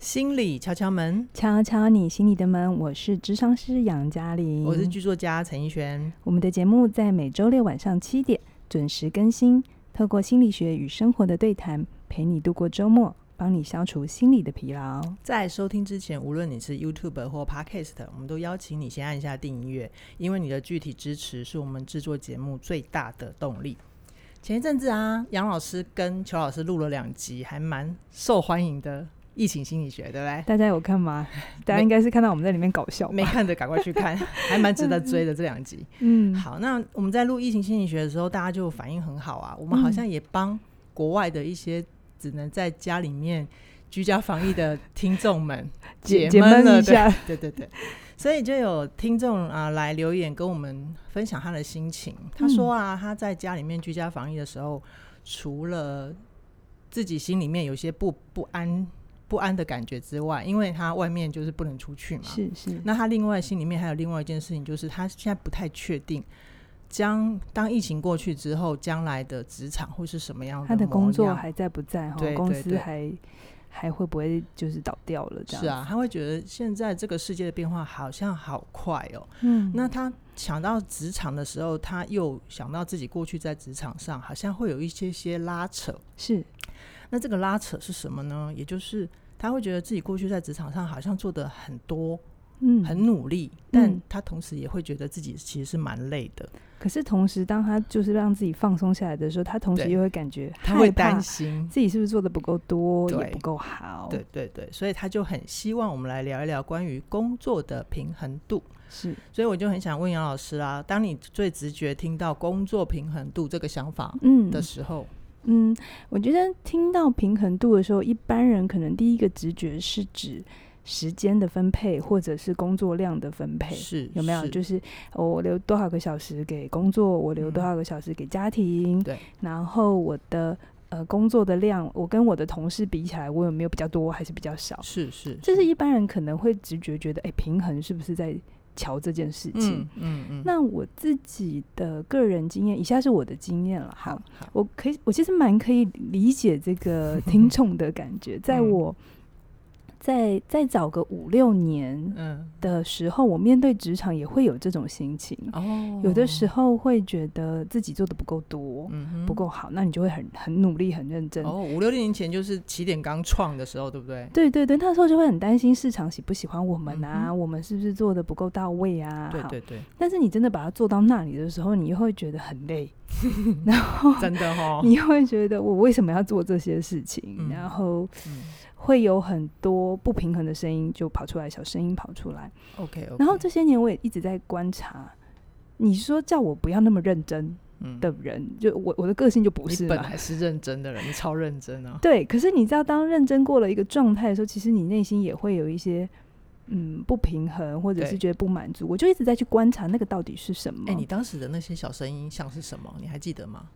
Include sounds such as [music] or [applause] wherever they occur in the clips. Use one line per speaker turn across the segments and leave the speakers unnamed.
心理敲敲门，
敲敲你心里的门，我是智商师杨嘉玲，
我是剧作家陈奕璇。
我们的节目在每周六晚上七点准时更新，透过心理学与生活的对谈，陪你度过周末，帮你消除心理的疲劳。
在收听之前，无论你是 YouTube 或 Podcast，我们都邀请你先按下订阅，因为你的具体支持是我们制作节目最大的动力。前一阵子啊，杨老师跟裘老师录了两集，还蛮受欢迎的。疫情心理学，对不对？
大家有
[laughs]
看吗？大家应该是看到我们在里面搞笑吧，
没看的赶快去看，还蛮值得追的这两集。
嗯，
好，那我们在录疫情心理学的时候，大家就反应很好啊。我们好像也帮国外的一些只能在家里面居家防疫的听众们
解
解
闷
了，
一下 [laughs]
对对对对。所以就有听众啊来留言跟我们分享他的心情。他说啊，他在家里面居家防疫的时候，除了自己心里面有些不不安不安的感觉之外，因为他外面就是不能出去嘛，
是是，
那他另外心里面还有另外一件事情，就是他现在不太确定将当疫情过去之后，将来的职场会是什么样
他的
模
工作
样
还在不在哈？
对
公
对
司
对
还还会不会就是倒掉了这样？
是，啊，他会觉得现在这个世界的变化好像好快哦。
嗯，
那他想到职场的时候，他又想到自己过去在职场上好像会有一些些拉扯。
是
那这个拉扯是什么呢？也就是他会觉得自己过去在职场上好像做的很多，
嗯
很努力，但
嗯
他同时也会觉得自己其实是蛮累的，
可是同时，当他就是让自己放松下来的时候，他同时
对
又会感觉
他会
害怕
担心。
自己是不是做的不够多，也
对
不够好。
对，对对，所以他就很希望我们来聊一聊关于工作的平衡度。
是
所以我就很想问杨老师啦，当你最直觉听到工作平衡度这个想法
嗯
的时候，
嗯，我觉得听到平衡度的时候，一般人可能第一个直觉是指时间的分配，或者是工作量的分配。
是
有没有？就是是、哦我留多少个小时给工作，我留
嗯
多少个小时给家庭，
对，
然后我的呃工作的量，我跟我的同事比起来，我有没有比较多还是比较少？
是是，
这是一般人可能会直觉觉得，哎、平衡是不是在瞧这件事情？
嗯嗯嗯，
那我自己的个人经验，以下是我的经验了哈
好。好
我可以，我其实蛮可以理解这
[laughs]
个听众的感觉，在
嗯
我。在再早个五六年
嗯
的时候，我面对职场也会有这种心情，
哦，
有的时候会觉得自己做的不够多、
嗯哼
不够好，那你就会很很努力、很认真。
哦，五六年前就是起点刚创的时候，对不对？
对对对，那时候就会很担心市场喜不喜欢我们啊，
嗯
我们是不是做的不够到位啊？
对
好
对对，
但是你真的把它做到那里的时候，你又会觉得很累，
真的哈、哦，
[laughs] 你又会觉得我为什么要做这些事情？
嗯
然后
嗯
会有很多不平衡的声音就跑出来，小声音跑出来。
，OK OK，
然后这些年我也一直在观察，你说叫我不要那么认真
嗯，
的人，就我我的个性就不是
你
嘛
本。来是认真的人，你超认真
[laughs]
啊，
对，可是你知道，当认真过了一个状态的时候，其实你内心也会有一些嗯不平衡，或者
对
是觉得不满足。我就一直在去观察那个到底是什么。
哎、你当时的那些小声音像是什么？你还记得吗？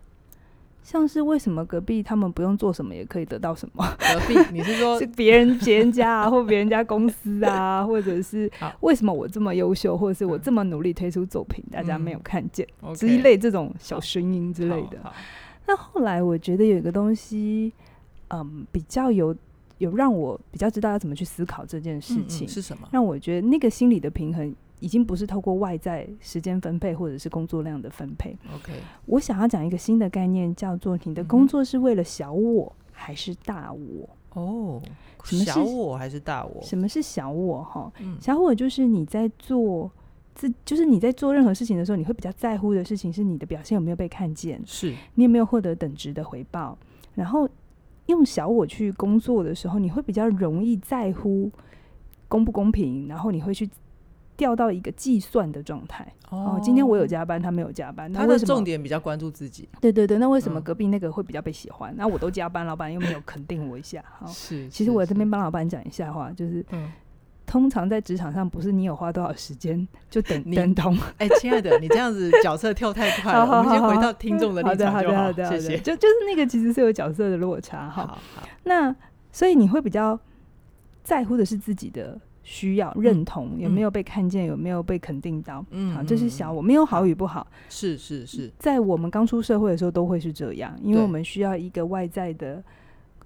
像是为什么隔壁他们不用做什么也可以得到什么？
隔
[laughs]
壁，你是说
是别人别人家啊，或别人家公司啊，或者是
好
为什么我这么优秀，或者是我
嗯
这么努力推出作品，大家没有
嗯
看见
OK，
之类这种小声音之类
好
的。
好
那后来我觉得有一个东西，嗯，比较有有让我比较知道要怎么去思考这件事
嗯嗯
情，
是什么？
让我觉得那个心理的平衡已经不是透过外在时间分配或者是工作量的分配。
OK，
我想要讲一个新的概念，叫做你的
嗯哼
工作是为了小我还是大我？
哦，
什么
小
是
我还是大我？
什么是小我？哈，
嗯，
小我就是你在做自，就是你在做任何事情的时候，你会比较在乎的事情是你的表现有没有被看见，
是
你有没有获得等值的回报。然后用小我去工作的时候，你会比较容易在乎公不公平，然后你会去掉到一个计算的状态。哦，今天我有。加班，他没有加班，那
哦他
为
的
什么
重点比较关注自己，
对对对，那为什么
嗯
隔壁那个会比较被喜欢？那我都加班，老板又没有肯定我一下。好，
是。
其实
是
我这，边
是
帮老板讲一下话，就是
嗯，
通常在职场上，不是你有花多少时间就等
你
等同。
哎，亲爱的，你这样子角色跳太快了，
[laughs] 好
我们先
好
回
好
到听众的
好
立
的，
场
[laughs] 好
就
的，好的，好
谢
的
谢。
就就是那个其实是有角色的落差哈。
好，好
那所以你会比较在乎的是自己的需要、认同有没有被看见，有没有被肯定到。
嗯
好，这
嗯
是
嗯
小我，没嗯有好与不好，
是是是，
在我们刚出社会的时候都会是这样，因为
对
我们需要一个外在的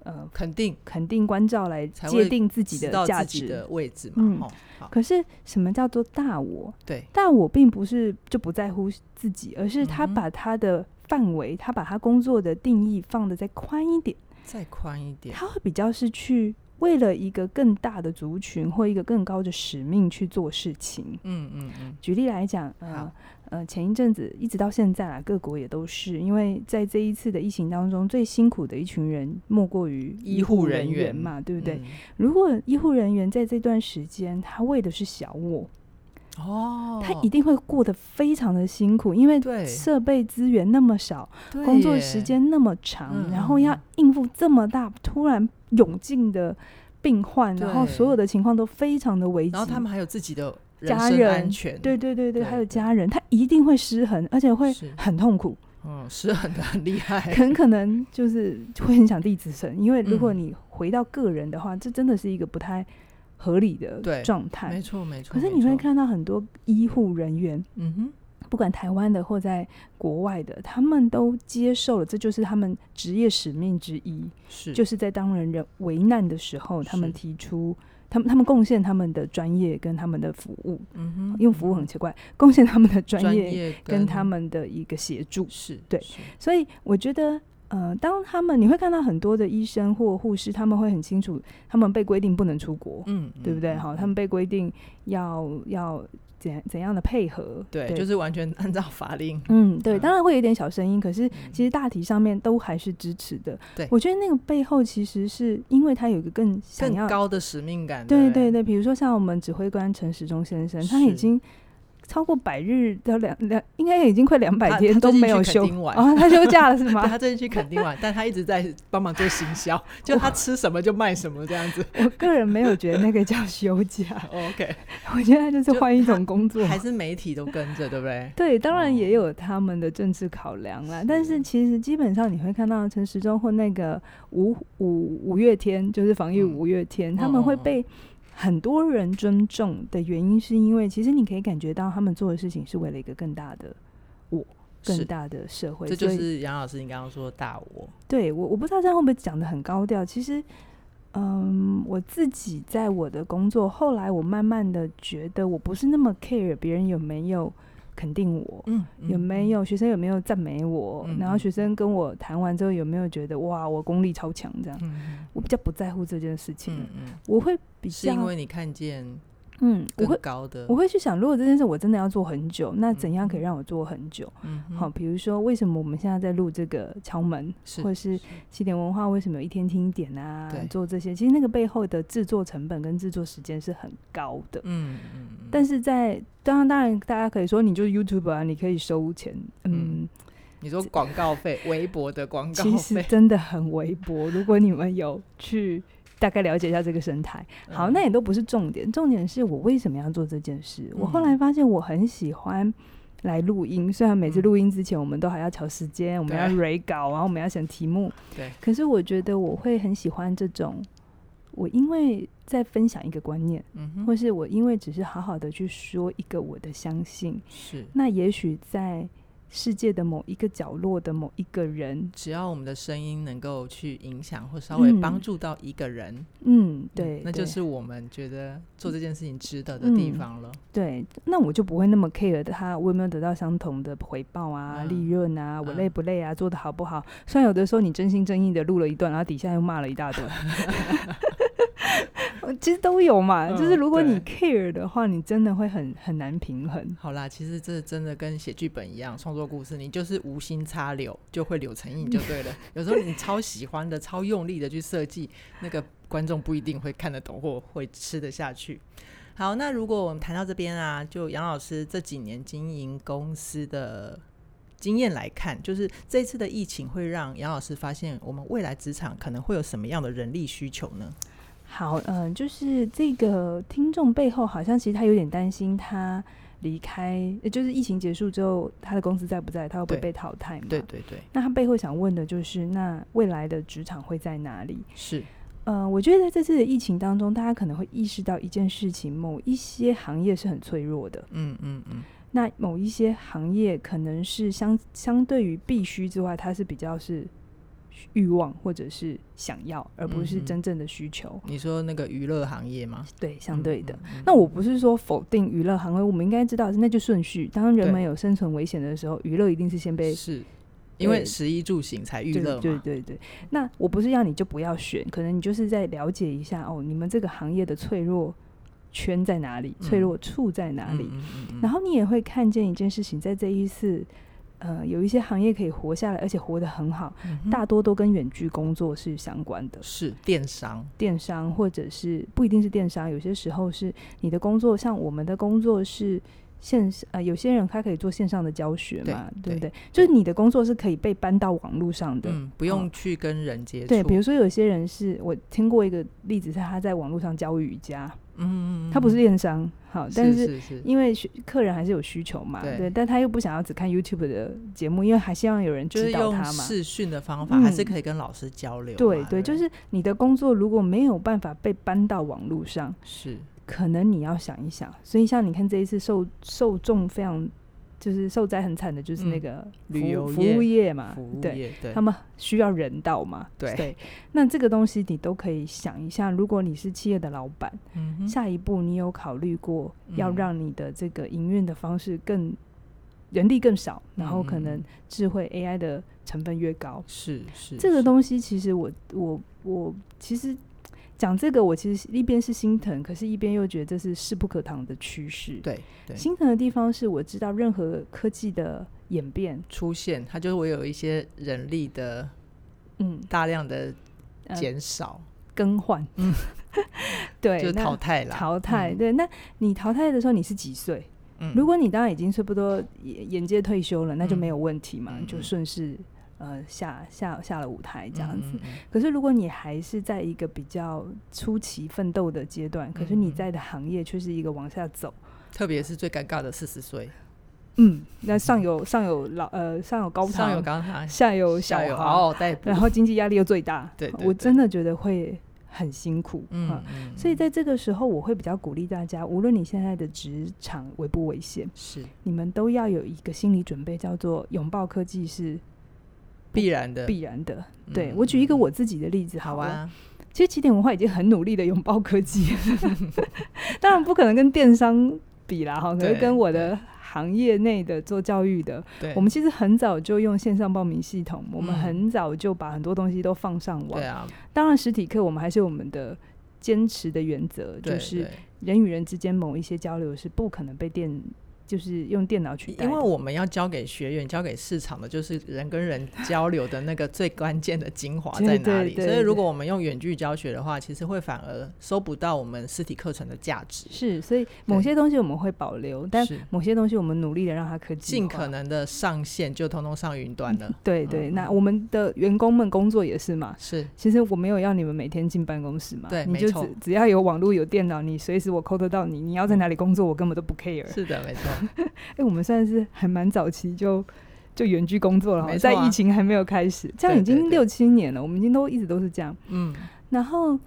呃
肯定
肯定关照来
才
界
会
定自己
知
的
道
价
自己
值。
的位置嘛，
嗯
哦，好，
可是什么叫做大我？
对，
大我并不是就不在乎自己，而是他
嗯哼
把他的范围，他把他工作的定义放得再宽一点，
再宽一点，
他会比较是去为了一个更大的族群或一个更高的使命去做事情。
嗯嗯嗯，
举例来讲，
好
呃呃，前一阵子一直到现在啦，各国也都是，因为在这一次的疫情当中，最辛苦的一群人莫过于
医
医
护
护
人
人员
员
嘛，对不对？
嗯？
如果医护人员在这段时间，他为的是小我，
哦，
他一定会过得非常的辛苦，因为
对
设备资源那么少，
对
工作
耶
时，间那么长，
嗯
然后要
嗯
应付这么大突然涌进的病患，
对
然后所有的情况都非常的危急。
然后他们还有自己的人身
家
安
人
全，
对，对对对，
对
还有
对
家人，他一定会失衡，而且会
是
很痛苦，
嗯，是很 [laughs] 很厉害，
很可能就是会很想立自身，因为如果
嗯
你回到个人的话，这真的是一个不太合理
对
的状态
没。错没错。
可是
没
你会
错，
看到很多医护人员，
嗯哼，
不管台湾的或在国外的，他们都接受了，这就是他们职业使命之一，
是
就是在当人人危难的时候，他们
是
提出，他们他们贡献他们的专业跟他们的服务，
嗯哼，
因为服务很奇怪，贡献他们的专
专
业
业
跟他们的一个协助。
是
对
是
所以我觉得，呃，当他们你会看到很多的医生或护士，他们会很清楚，他们被规定不能出国，
嗯，
对不对？
嗯嗯
好，他们被规定要要怎怎样的配合，
对，就是完全 [laughs] 按照法令，
嗯，对，
嗯
当然会有点小声音，可是
嗯
[laughs] 其实大体上面都还是支持的。
对
我觉得那个背后其实是因为他有一个更想
更
要，
高的使命感，
对
不
对，对，比如说像我们指挥官陈时中先生，他
是
已经超过百日到两两，应该已经快两
他
百天
他最
都
近
没
去
有
垦
休
丁玩
啊，他休假了是
对 [laughs]
吗？
他最近去垦丁
[laughs]
玩，但他一直在帮忙做行销，就他吃什么就卖什么这样子。
我个人没有觉得那个叫休假， [laughs]
OK，
我觉得他就是
就
换一
他
种工作，
还是媒体都跟着，对不对？
对，当然
哦
也有他们的政治考量啦。但
是
是其实基本上你会看到陈时中或那个五五五月天，就是防御
嗯
五月天，他
嗯
们会
嗯嗯
被很多人尊重的原因，是因为其实你可以感觉到他们做的事情是为了一个更大的我。
是
更大的社会，
这就
所以
是杨老师你刚刚说的大我，
对我，我不知道这样会不会讲的很高调。其实，嗯，我自己在我的工作，后来我慢慢的觉得，我不是那么 care 别人有没有肯定我，
嗯，
有没有学生有没有赞美我？
嗯
然后
嗯
学生跟我谈完之后有没有觉得哇，我功力超强？这样，
嗯？
我比较不在乎这件事情，
嗯嗯
我会比
嗯，是
较
因为你看见
嗯，我
更
会
高的，
我会去想，如果这件事我真的要做很久，那怎样可以
嗯
让我做很久？
嗯哼，
好，比如说为什么我们现在在录这个敲门，
是
或是起点文化为什么一天听一点啊
对？
做这些，其实那个背后的制作成本跟制作时间是很高的。
嗯嗯，嗯
但是在当然，当然，大家可以说你就是 YouTube 啊，你可以收钱，嗯
你说广告费，微博的广告
[laughs] 其实
费，
真的很微薄。如果你们有去大概了解一下这个生态，好，
嗯
那也都不是重点，重点是我为什么要做这件事。我后
嗯
来发现我很喜欢。来录音，虽然每次
嗯
录音之前我们都还要调时间，我们要
对
re 稿，然后我们要想题目，
对，
可是我觉得我会很喜欢这种，我因为在分享一个观念，
嗯哼，
或是我因为只是好好的去说一个我的相信，
是
那也许在世界的某一个角落的某一个人，
只要我们的声音能够去影响或稍微
嗯
帮助到一个人，嗯
嗯，对，
那就
对
是我们觉得做这件事情值得的地
嗯
方了。
对，那我就不会那么 care 他我有没有得到相同的回报啊、
嗯
利润啊，我
嗯
累不累啊，做的好不好。虽然有的时候你真心真意的录了一段，然后底下又骂了一大 [laughs] 段，呃其实都有嘛。就是
嗯
如果你
对
care 的话，你真的会很很难平衡。
好啦，其实这真的跟写剧本一样，创作故事，你就是无心插柳就会柳成荫就对了。有时候你超喜欢的、超用力的去设计，那个观众不一定会看得懂或会吃得下去。好，那如果我们谈到这边啊，就杨老师这几年经营公司的经验来看，就是这次的疫情会让杨老师发现，我们未来职场可能会有什么样的人力需求呢？
好，嗯、就是这个听众背后好像其实他有点担心他。离开，呃就是疫情结束之后，他的公司在不在？他会不会
对
被淘汰嘛？
对。对对，
那他背后想问的就是，那未来的职场会在哪里？
是，
呃，我觉得在这次的疫情当中，大家可能会意识到一件事情：某一些行业是很脆弱的，
嗯嗯嗯，
那某一些行业可能是相相对于必须之外，它是比较是欲望或者是想要，而不是
嗯哼
真正的需求。
你说那个娱乐行业吗？
对，相对的。
嗯，嗯嗯
那我不是说否定娱乐行业，我们应该知道是那就顺序。当人
对
们有生存危险的时候，娱乐一定是先被
是因为
对
食衣住行才娱乐嘛，
对对对对，那我不是要你就不要选，可能你就是在了解一下哦，你们这个行业的脆弱圈在哪里，脆
嗯
弱处在哪里。
嗯嗯嗯
然后你也会看见一件事情，在这一次，呃，有一些行业可以活下来，而且活得很好，
嗯嗯
大多都跟远距工作是相关的。
是电商，
电商或者是不一定是电商，有些时候是你的工作，像我们的工作是。线呃，有些人他可以做线上的教学
对
嘛，
对
对不对？就是你的工作是可以被搬到网络上的，
嗯，不用去跟人接触，
哦对，比如说有些人是我听过一个例子，是他在网络上教瑜伽，
嗯，嗯嗯
他不是
嗯
电商，好，但
是
是
是是
因为需客人还是有需求嘛，
对
对，但他又不想要只看 YouTube 的节目，因为还希望有人
就是
指导
用
他嘛。
视讯的方法，还是
嗯
可以跟老师交流嘛，对
对对，
不对，
就是你的工作如果没有办法被搬到网络上，
是
可能你要想一想。所以像你看这一次受受众非常就是受灾很惨的，就是那
嗯
个服
旅游
服
业
务业嘛，
服务
啊对，
业，对
他，们需要人道嘛？
对
那这个东西你都可以想一下，如果你是企业的老板，
嗯哼
下一步你有考虑过要
嗯
让你的这个营运的方式更人力更少，然后可
嗯嗯
能
嗯
智慧 AI 的成分越高，
是是
这个
是
东西其实我我我其实。讲这个，我其实一边是心疼，可是一边又觉得这是势不可挡的趋势。，
对对
心疼的地方是我知道任何科技的演变，
出现，它就会有一些人力的
嗯，
大量的
呃
减少，
更换，
嗯
[laughs] 对，
就是
那
淘汰啦，
淘汰，
嗯
对，那你淘汰的时候你是几岁？
嗯
如果你当然已经差不多也沿街退休了，那就没有问题嘛，
嗯嗯
就顺势呃下下下了舞台这样子。
嗯嗯嗯
可是如果你还是在一个比较初期奋斗的阶
嗯
段，可是你在的行业却是一个往下走，
特别是最尴尬的四十岁，
嗯，那上有上有老呃上有高堂，
上有高堂，
下有小
下有
孩
嗷嗷待哺
然，后经济压力又最大，
对对
我
对
真的觉得会很辛苦，
嗯
啊，
嗯
所以
嗯
在这个时候，我会比较鼓励大家，无论你现在的职场危不危险，
是
你们都要有一个心理准备，叫做拥抱科技是
必然的，
必然的。
嗯
对我举一个我自己的例子
好
好了，
啊，
其实起点文化已经很努力的拥抱科技， [laughs] 当然不可能跟电商比啦哈，可是
对
跟我的行业内的做教育的，
对，
我们其实很早就用线上报名系统，我们
嗯
很早就把很多东西都放上网
对。啊，
当然，实体课我们还是有我们的坚持的原则，就
对
是
对
人与人之间某一些交流是不可能被电，就是用电脑取代
因
的。
为我们要交给学员、交给市场的，就是人跟人交流的那个最关键的精华
对
在哪里。
对对
所以，
对
如果我们用远距教学的话，其实会反而收不到我们实体课程的价值，
是，所以某些东西我们会保留，但
是
某些东西我们努力的让它科技
尽
化
可。能嗯的上线就通通上云端 [laughs] 了。
对对，那我们的员工们工作也是嘛。
是
其实我没有要你们每天进办公室嘛，
对
你
没
就
错
只只要有网络有电脑，你随时我 call 得到你，你要在哪里工作我根本都不 care。
嗯是的，
[laughs]
没错，
哎、我们算是还蛮早期就就远距工作了哈，
没错
在
啊
疫情还没有开始，这样已
对对对
经六七年了，我们已经都一直都是这样。
嗯，
然后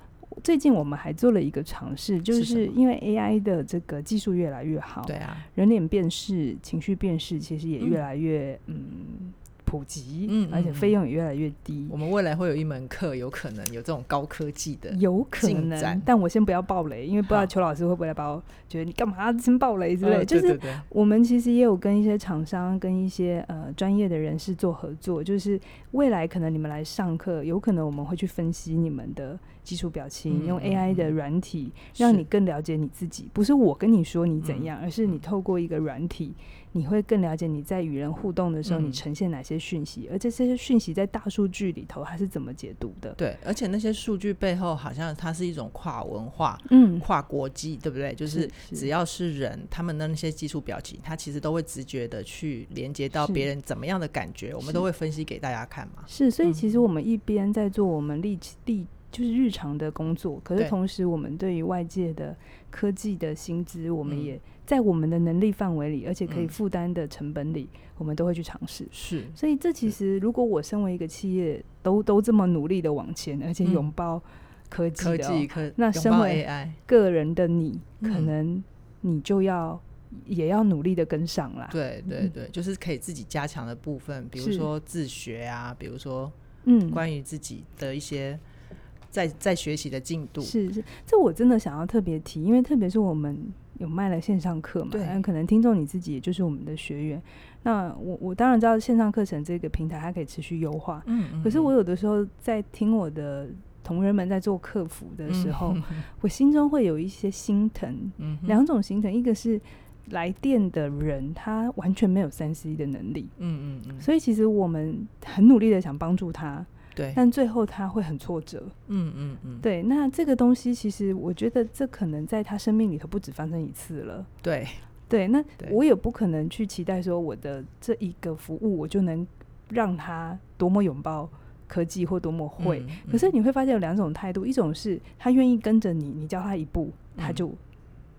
最近我们还做了一个尝试，就是
什
是
么
因为 AI 的这个技术越来越好，
对啊，
人脸辨识、情绪辨识其实也
嗯
越来越嗯普及，
嗯
而且
嗯
费
嗯
用也越来越低
我。们未来会有一门课，有可能有这种高科技的，
有可
进
能
展，
但我先不要爆雷，因为不知道
好
邱老师会不会来把我觉得你干嘛先爆雷之类。
呃
就
对
是
对对
我们其实也有跟一些厂商、跟一些呃专业的人士做合作，就是未来可能你们来上课，有可能我们会去分析你们的基础表情，
嗯
用
嗯
AI 的
嗯
软体，让
是
你更了解你自己。不是我跟你说你怎
嗯
样，而是你透过一个软体，你会更了解你在与人互动的时候，你
嗯
呈现哪些讯息，而且这些讯息在大数据里头它是怎么解读的。
对，而且那些数据背后好像它是一种跨文化、
嗯，
跨国际，对不对？就是
是
只要是人，他们的那些基础表情，他其实都会直觉的去连接到
是
别人怎么样的感觉，我
是
们都会分析给大家看嘛。
是，所以其实
嗯
我们一边在做我们历历就是日常的工作，可是
对
同时我们对于外界的科技的薪资，我们
嗯
也在我们的能力范围里，而且可以
嗯
负担的成本里，我们都会去尝试。
是，
所以这其实如果我身为一个企业，都都这么努力的往前，而且
嗯
拥抱科技
科
的哦
技科
那
拥
身
抱
为
AI
个人的你，可
嗯
能你就要也要努力的跟上啦。
对对
嗯
对，就是可以自己加强的部分，比如
是
说自学啊，比如说
嗯，
关于自己的一些在在学习的进度。
是是，这我真的想要特别提，因为特别是我们有卖了线上课嘛，
对
那可能听众你自己也就是我们的学员。那我我当然知道线上课程这个平台它可以持续优化，
嗯嗯
可是我有的时候在听我的同仁们在做客服的时候，，我心中会有一些心疼。
嗯嗯
两种心疼，一个是来电的人他完全没有三 C 的能力，
嗯嗯嗯，
所以其实我们很努力的想帮助他，
对，
但最后他会很挫折。
嗯嗯嗯，
对，那这个东西其实我觉得这可能在他生命里头不止发生一次了。
对
对，那
对
我也不可能去期待说我的这一个服务我就能让他多么拥抱科技或多么会。，
嗯
可是你会发现有两种态度，一种是他愿意跟着你，你教他一步，他
嗯
就、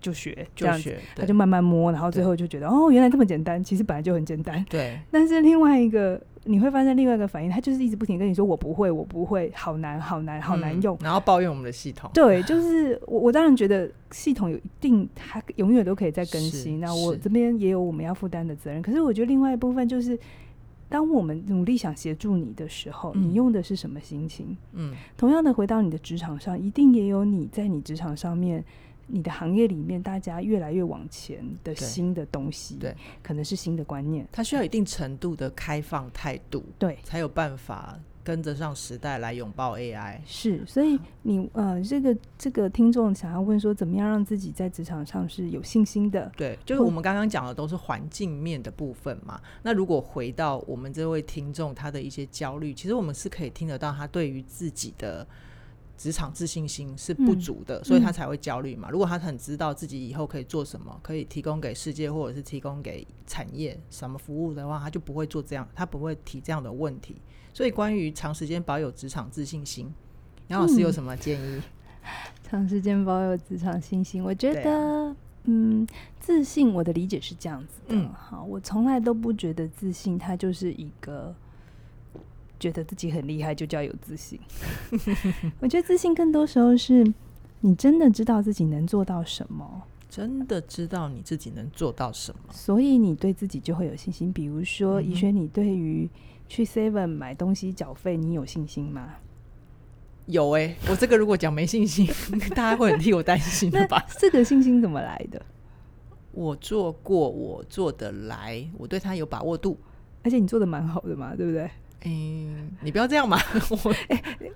就学，这
就
样子
学，
他
对
就慢慢摸，然后最
对
后就觉得哦，原来这么简单，其实本来就很简单。
对
但是另外一个你会发现另外一个反应，他就是一直不停地跟你说我不会，我不会，好难，好难，好难
嗯
用。
然后抱怨我们的系统，
对，就是我我当然觉得系统有一定，它永远都可以再更
是
新。那我
是
这边也有我们要负担的责任，可是我觉得另外一部分就是。当我们努力想协助你的时候，
嗯
你用的是什么心情？
嗯
同样的，回到你的职场上，一定也有你在你职场上面、你的行业里面，大家越来越往前
对
的新的东西，
对，
可能是新的观念，
它需要一定程度的开放态度，
对，
才有办法跟得上时代来拥抱 AI。
是。所以你呃，这个这个听众想要问说，怎么样让自己在职场上是有信心的？
对，就是我们刚刚讲的都是环境面的部分嘛。那如果回到我们这位听众他的一些焦虑，其实我们是可以听得到他对于自己的职场自信心是不足的，所以他才会焦虑嘛。如果他很知道自己以后可以做什么，可以提供给世界或者是提供给产业什么服务的话，他就不会做这样，他不会提这样的问题。所以关于长时间保有职场自信心，杨老师有
嗯
什么建议？
长时间保有职场信心，我觉
对啊
得，嗯，自信我的理解是这样子的。
嗯
好，我从来都不觉得自信，它就是一个觉得自己很厉害就叫有自信。 [laughs] 我觉得自信更多时候是你真的知道自己能做到什么，
真的知道你自己能做到什么？
所以你对自己就会有信心。比如说，
嗯哼
怡轩，你对于去 Seven 买东西缴费，你有信心
[laughs]
吗？
有哎、我这个如果讲没信心， [laughs] 大家会很替我担心的
那
吧？
这个信心怎么来的？
我做过，我做得来，我对他有把握度。
而且你做的蛮好的嘛，对不对？
嗯，你不要这样嘛！我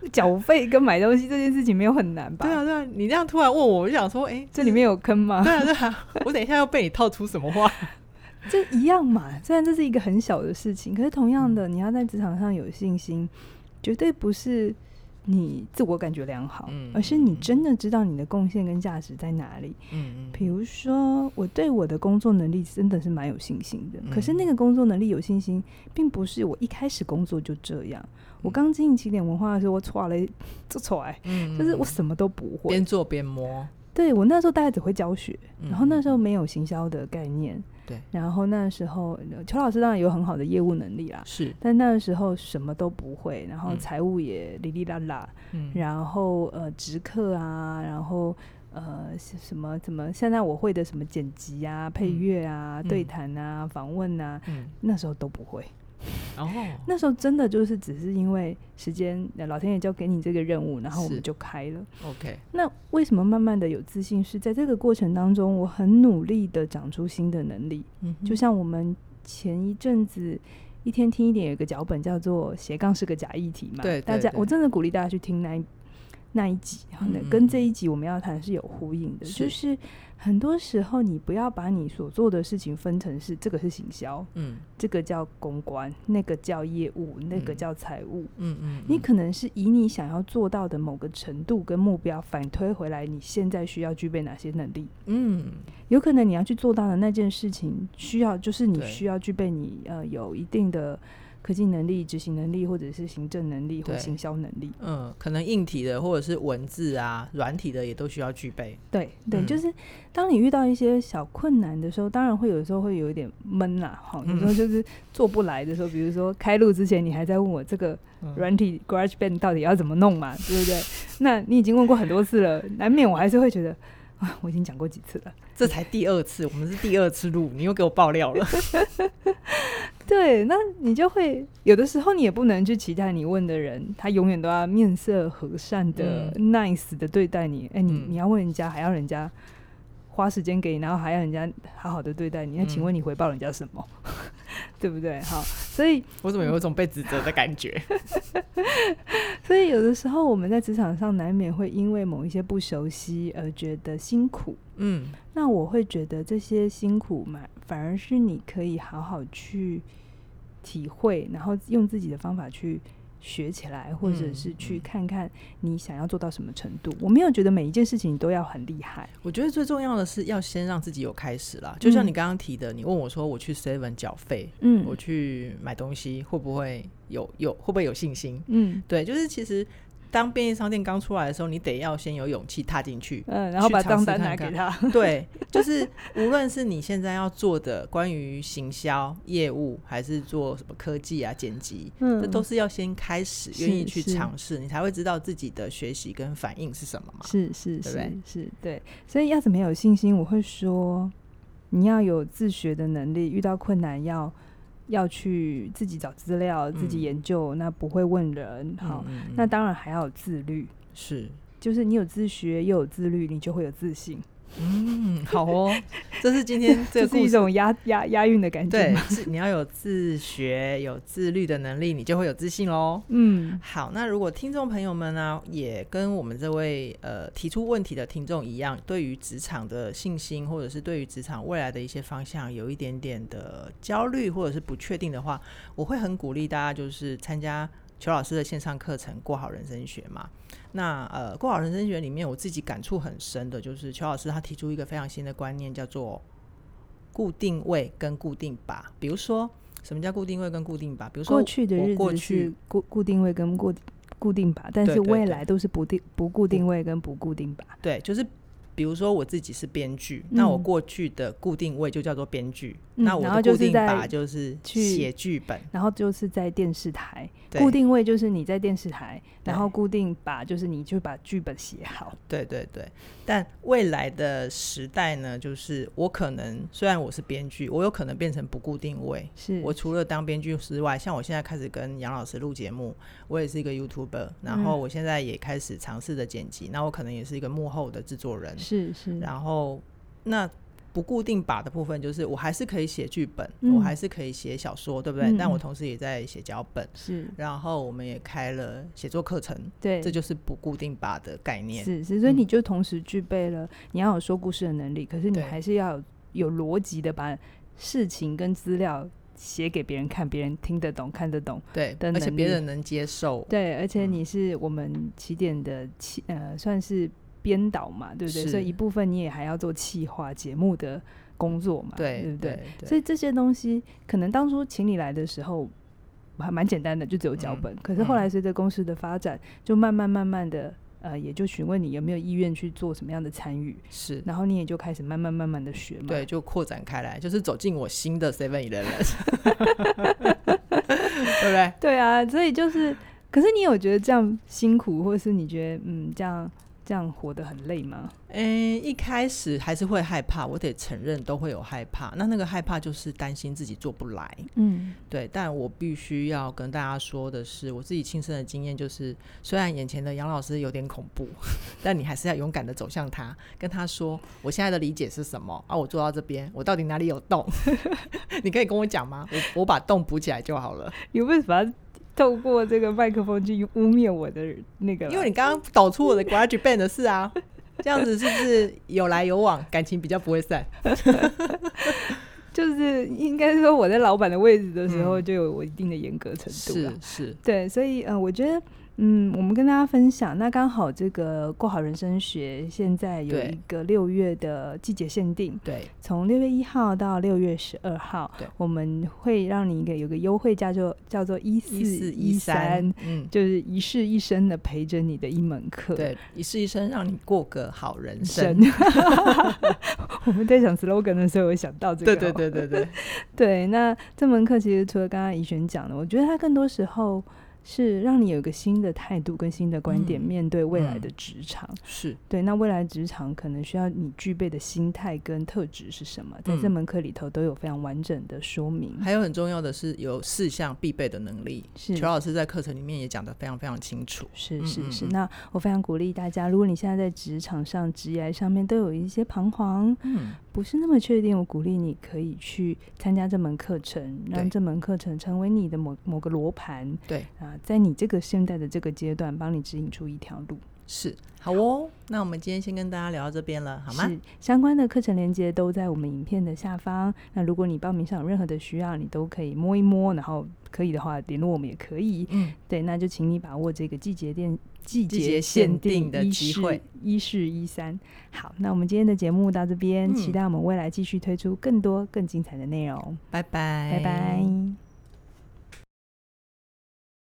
缴费跟买东西这件事情没有很难吧？
[laughs] 对啊，对啊，你这样突然问我，我就想说，哎、
这里面有坑吗？
对啊，对啊， [laughs] 我等一下要被你套出什么话？
这一样嘛。虽然这是一个很小的事情，可是同样的，你要在职场上有信心，绝对不是你自我感觉良好，
嗯
而是你真的知道你的贡献跟价值在哪里。
嗯
比如说，我对我的工作能力真的是蛮有信心的，
嗯
可是那个工作能力有信心，并不是我一开始工作就这样。我刚进起点文化的时候，我错了，做错哎，
嗯
就是我什么都不会。
边做边摸。
对我那时候大概只会教学，
嗯
然后那时候没有行销的概念，
对
然后那时候呃邱老师当然有很好的业务能力啦，
是，
但那时候什么都不会，然后
嗯
财务也哩哩啦啦，
嗯
然后呃直客啊，然后呃是什么怎么现在我会的什么剪辑啊、配乐啊、
嗯
对谈啊、访问啊，
嗯，
那时候都不会。
哦，
那时候真的就是只是因为时间，呃老天爷交给你这个任务，然后我
是
们就开了。
OK，
那为什么慢慢的有自信？是在这个过程当中，我很努力的长出新的能力。
嗯哼，
就像我们前一阵子一天听一点，有一个脚本叫做“斜杠是个假议题”嘛，
对对
大家
对
我真的鼓励大家去听那一那一集，然后呢
嗯嗯
跟这一集我们要谈是有呼应的。
是
就是很多时候，你不要把你所做的事情分成是这个是行销，
嗯
这个叫公关，那个叫业务，那个
嗯
叫财务。
嗯嗯，
你
嗯
可能是以你想要做到的某个程度跟目标反推回来，你现在需要具备哪些能力？
嗯
有可能你要去做到的那件事情，需要就是你
对
需要具备你呃有一定的科技能力、执行能力，或者是行政能力或
对
行销能力。
嗯，可能硬体的或者是文字啊、软体的也都需要具备。
对对，
嗯
就是当你遇到一些小困难的时候，当然会有时候会有一点闷啦，哈，有时
嗯
候就是做不来的时候，比如说开录之前你还在问我这个
嗯
软体 GarageBand 到底要怎么弄嘛，对不对？那你已经问过很多次了，难免我还是会觉得啊，我已经讲过几次了。
[laughs] 这才第二次，我们是第二次录，你又给我爆料了。
对，那你就会有的时候你也不能去期待你问的人，他永远都要面色和善的、nice 的对待你。哎、你
嗯
你要问人家，还要人家花时间给你，然后还要人家好好的对待你。那请
嗯
问你回报人家什么？ [laughs] 对不对？好，所以
我怎么有一种被指责的感觉？
所以有的时候我们在职场上难免会因为某一些不熟悉而觉得辛苦。
嗯
那我会觉得这些辛苦嘛，反而是你可以好好去体会，然后用自己的方法去学起来，或者
嗯
是去
嗯
看看你想要做到什么程度。我没有觉得每一件事情都要很厉害，
我觉得最重要的是要先让自己有开始啦。就像
嗯
你刚刚提的，你问我说我去 Seven 缴费，
嗯
我去买东西会不会有有会不会有信心？
嗯。
对，就是其实当便利商店刚出来的时候，你得要先有勇气踏进 [laughs] 去
嗯，然后
去
把
尝
账
试
单
看
拿给
看
他，
[laughs] 对，就是无论是你现在要做的关于行销业务，还是做什么科技啊、剪辑，
嗯
这都是要先开始
是
愿意去
是
尝试，你才会知道自己的学习跟反应是什么嘛。
是是
对不
是
对
是，对，所以要怎么有信心？我会说，你要有自学的能力，遇到困难要要去自己找资料，自己
嗯
研究，那不会问人。好，
嗯，嗯
那
嗯
当然还要有自律，
是
就是你有自学又有自律，你就会有自信。
嗯，好
[laughs]
哦，这是今天这
这
个
是
故
一
事。
种押押押韵的感觉。
对，，是你要有自学、有自律的能力，你就会有自信喽。
嗯
好，那如果听众朋友们呢、也跟我们这位呃提出问题的听众一样，对于职场的信心，或者是对于职场未来的一些方向，有一点点的焦虑或者是不确定的话，我会很鼓励大家就是参加裘老师的线上课程《过好人生学》嘛。那呃，《过好人生学》里面我自己感触很深的，就是裘老师他提出一个非常新的观念，叫做固定位跟固定靶。比如说，什么叫固定位跟固定靶？比如说
过去的
我
日
过
子
去
是固固定位跟固固定吧，但
对
是
对
未
对
来都是不定不固定位跟不固定吧。
对，就是比如说我自己是编剧，那我
嗯
过去的固定位就叫做编剧，
嗯
那我
然后
的
就
固
是
定
在
法就是
去
写剧本，
然后就是在电视台
对
固定位，就是你在电视台，
对
然后固定把就是你就把剧本写好。
对对对。但未来的时代呢，就是我可能虽然我是编剧，我有可能变成不固定位。
是，
我除了当编剧之外，像我现在开始跟杨老师录节目，我也是一个 YouTuber，然
嗯
后我现在也开始尝试着剪辑，那我可能也是一个幕后的制作人，
是是，
然后那不固定把的部分，就是我还是可以写剧本，
嗯
我还是可以写小说，对不对？
嗯
但我
嗯
同时也在写脚本，
是
然后我们也开了写作课程，
对，
这就是不固定把的概念。
是是，所以
嗯
你就同时具备了你要有说故事的能力，可是你
对
还是要有有逻辑的把事情跟资料写给别人看，别人听得懂、看得懂。
对，
的
而且
能
别
力
人能接受。
对，而且
嗯
你是我们起点的起呃，算是编导嘛，对不对？所
是
以一部分你也还要做企划节目的工作嘛，
对
对不对？
对
所以这些东西，可能当初请你来的时候还蛮简单的，就只有脚
嗯
本。可是后来随着公司的发展，就慢慢慢慢的，呃，也就询问你有没有意愿去做什么样的参与，
是。
然后你也就开始慢慢慢慢的学嘛。
对，，就扩展开来，就是走进我新的 Seven Eleven，对不对？
对啊，所以就是，可是你有觉得这样辛苦，或是你觉得嗯这样这样活得很累吗？
嗯，一开始还是会害怕，我得承认都会有害怕。那那个害怕就是担心自己做不来，
嗯
对，但我必须要跟大家说的是，我自己亲身的经验就是，虽然眼前的杨老师有点恐怖， [laughs] 但你还是要勇敢的走向他，跟他说我现在的理解是什么啊？我做到这边，我到底哪里有洞？ [laughs] 你可以跟我讲吗？我我把洞补起来就好了。
你为什么要透过这个麦克风去污蔑我的那个啦？
因为你刚刚导出我的 Garage Band 的事啊，这样子是不是有来有往，感情比较不会散？
就是应该说我在老板的位置的时候，
嗯
就有我一定的严格程度了
是。是，
对，所以呃，我觉得嗯，我们跟大家分享，那刚好这个过好人生学现在有
对
一个六月的季节限定，
对，
从六月一号到六月十二号
对，
我们会让你一个有个优惠价，就叫做一四
一四
一
一
三
三。，嗯。
就是一世一生的陪着你的一门课，
对，一世一生让你过个好人
神 [laughs]
生。。
我们在想 slogan 的时候，有想到这个
对
哦。
对对对对，
对。那这门课其实除了刚刚怡璇讲的，我觉得它更多时候是让你有一个新的态度跟新的观点
嗯
面对未来
嗯
的职场。
是
对，那未来职场可能需要你具备的心态跟特质是什么，在这
嗯
门课里头都有非常完整的说明。
还有很重要的是有四项必备的能力，
是
裘老师在课程里面也讲得非常非常清楚。
是
嗯
是
嗯
是，
嗯
那我非常鼓励大家，如果你现在在职场上、职业上面都有一些彷徨，
嗯，
不是那么确定，我鼓励你可以去参加这门课程，让
对
这门课程成为你的某某个罗盘
对，
啊，在你这个现在的这个阶段，帮你指引出一条路，
是好哦。那我们今天先跟大家聊到这边了，好吗？
是相关的课程链接都在我们影片的下方。那如果你报名上有任何的需要，你都可以摸一摸，然后可以的话联络我们也可以。
嗯，
对，那就请你把握这个季节店季
节
节
限
限定
定的
一
机
式
会，
一四一三。好，那我们今天的节目到这边，期
嗯
待我们未来继续推出更多更精彩的内容。
拜拜，
拜拜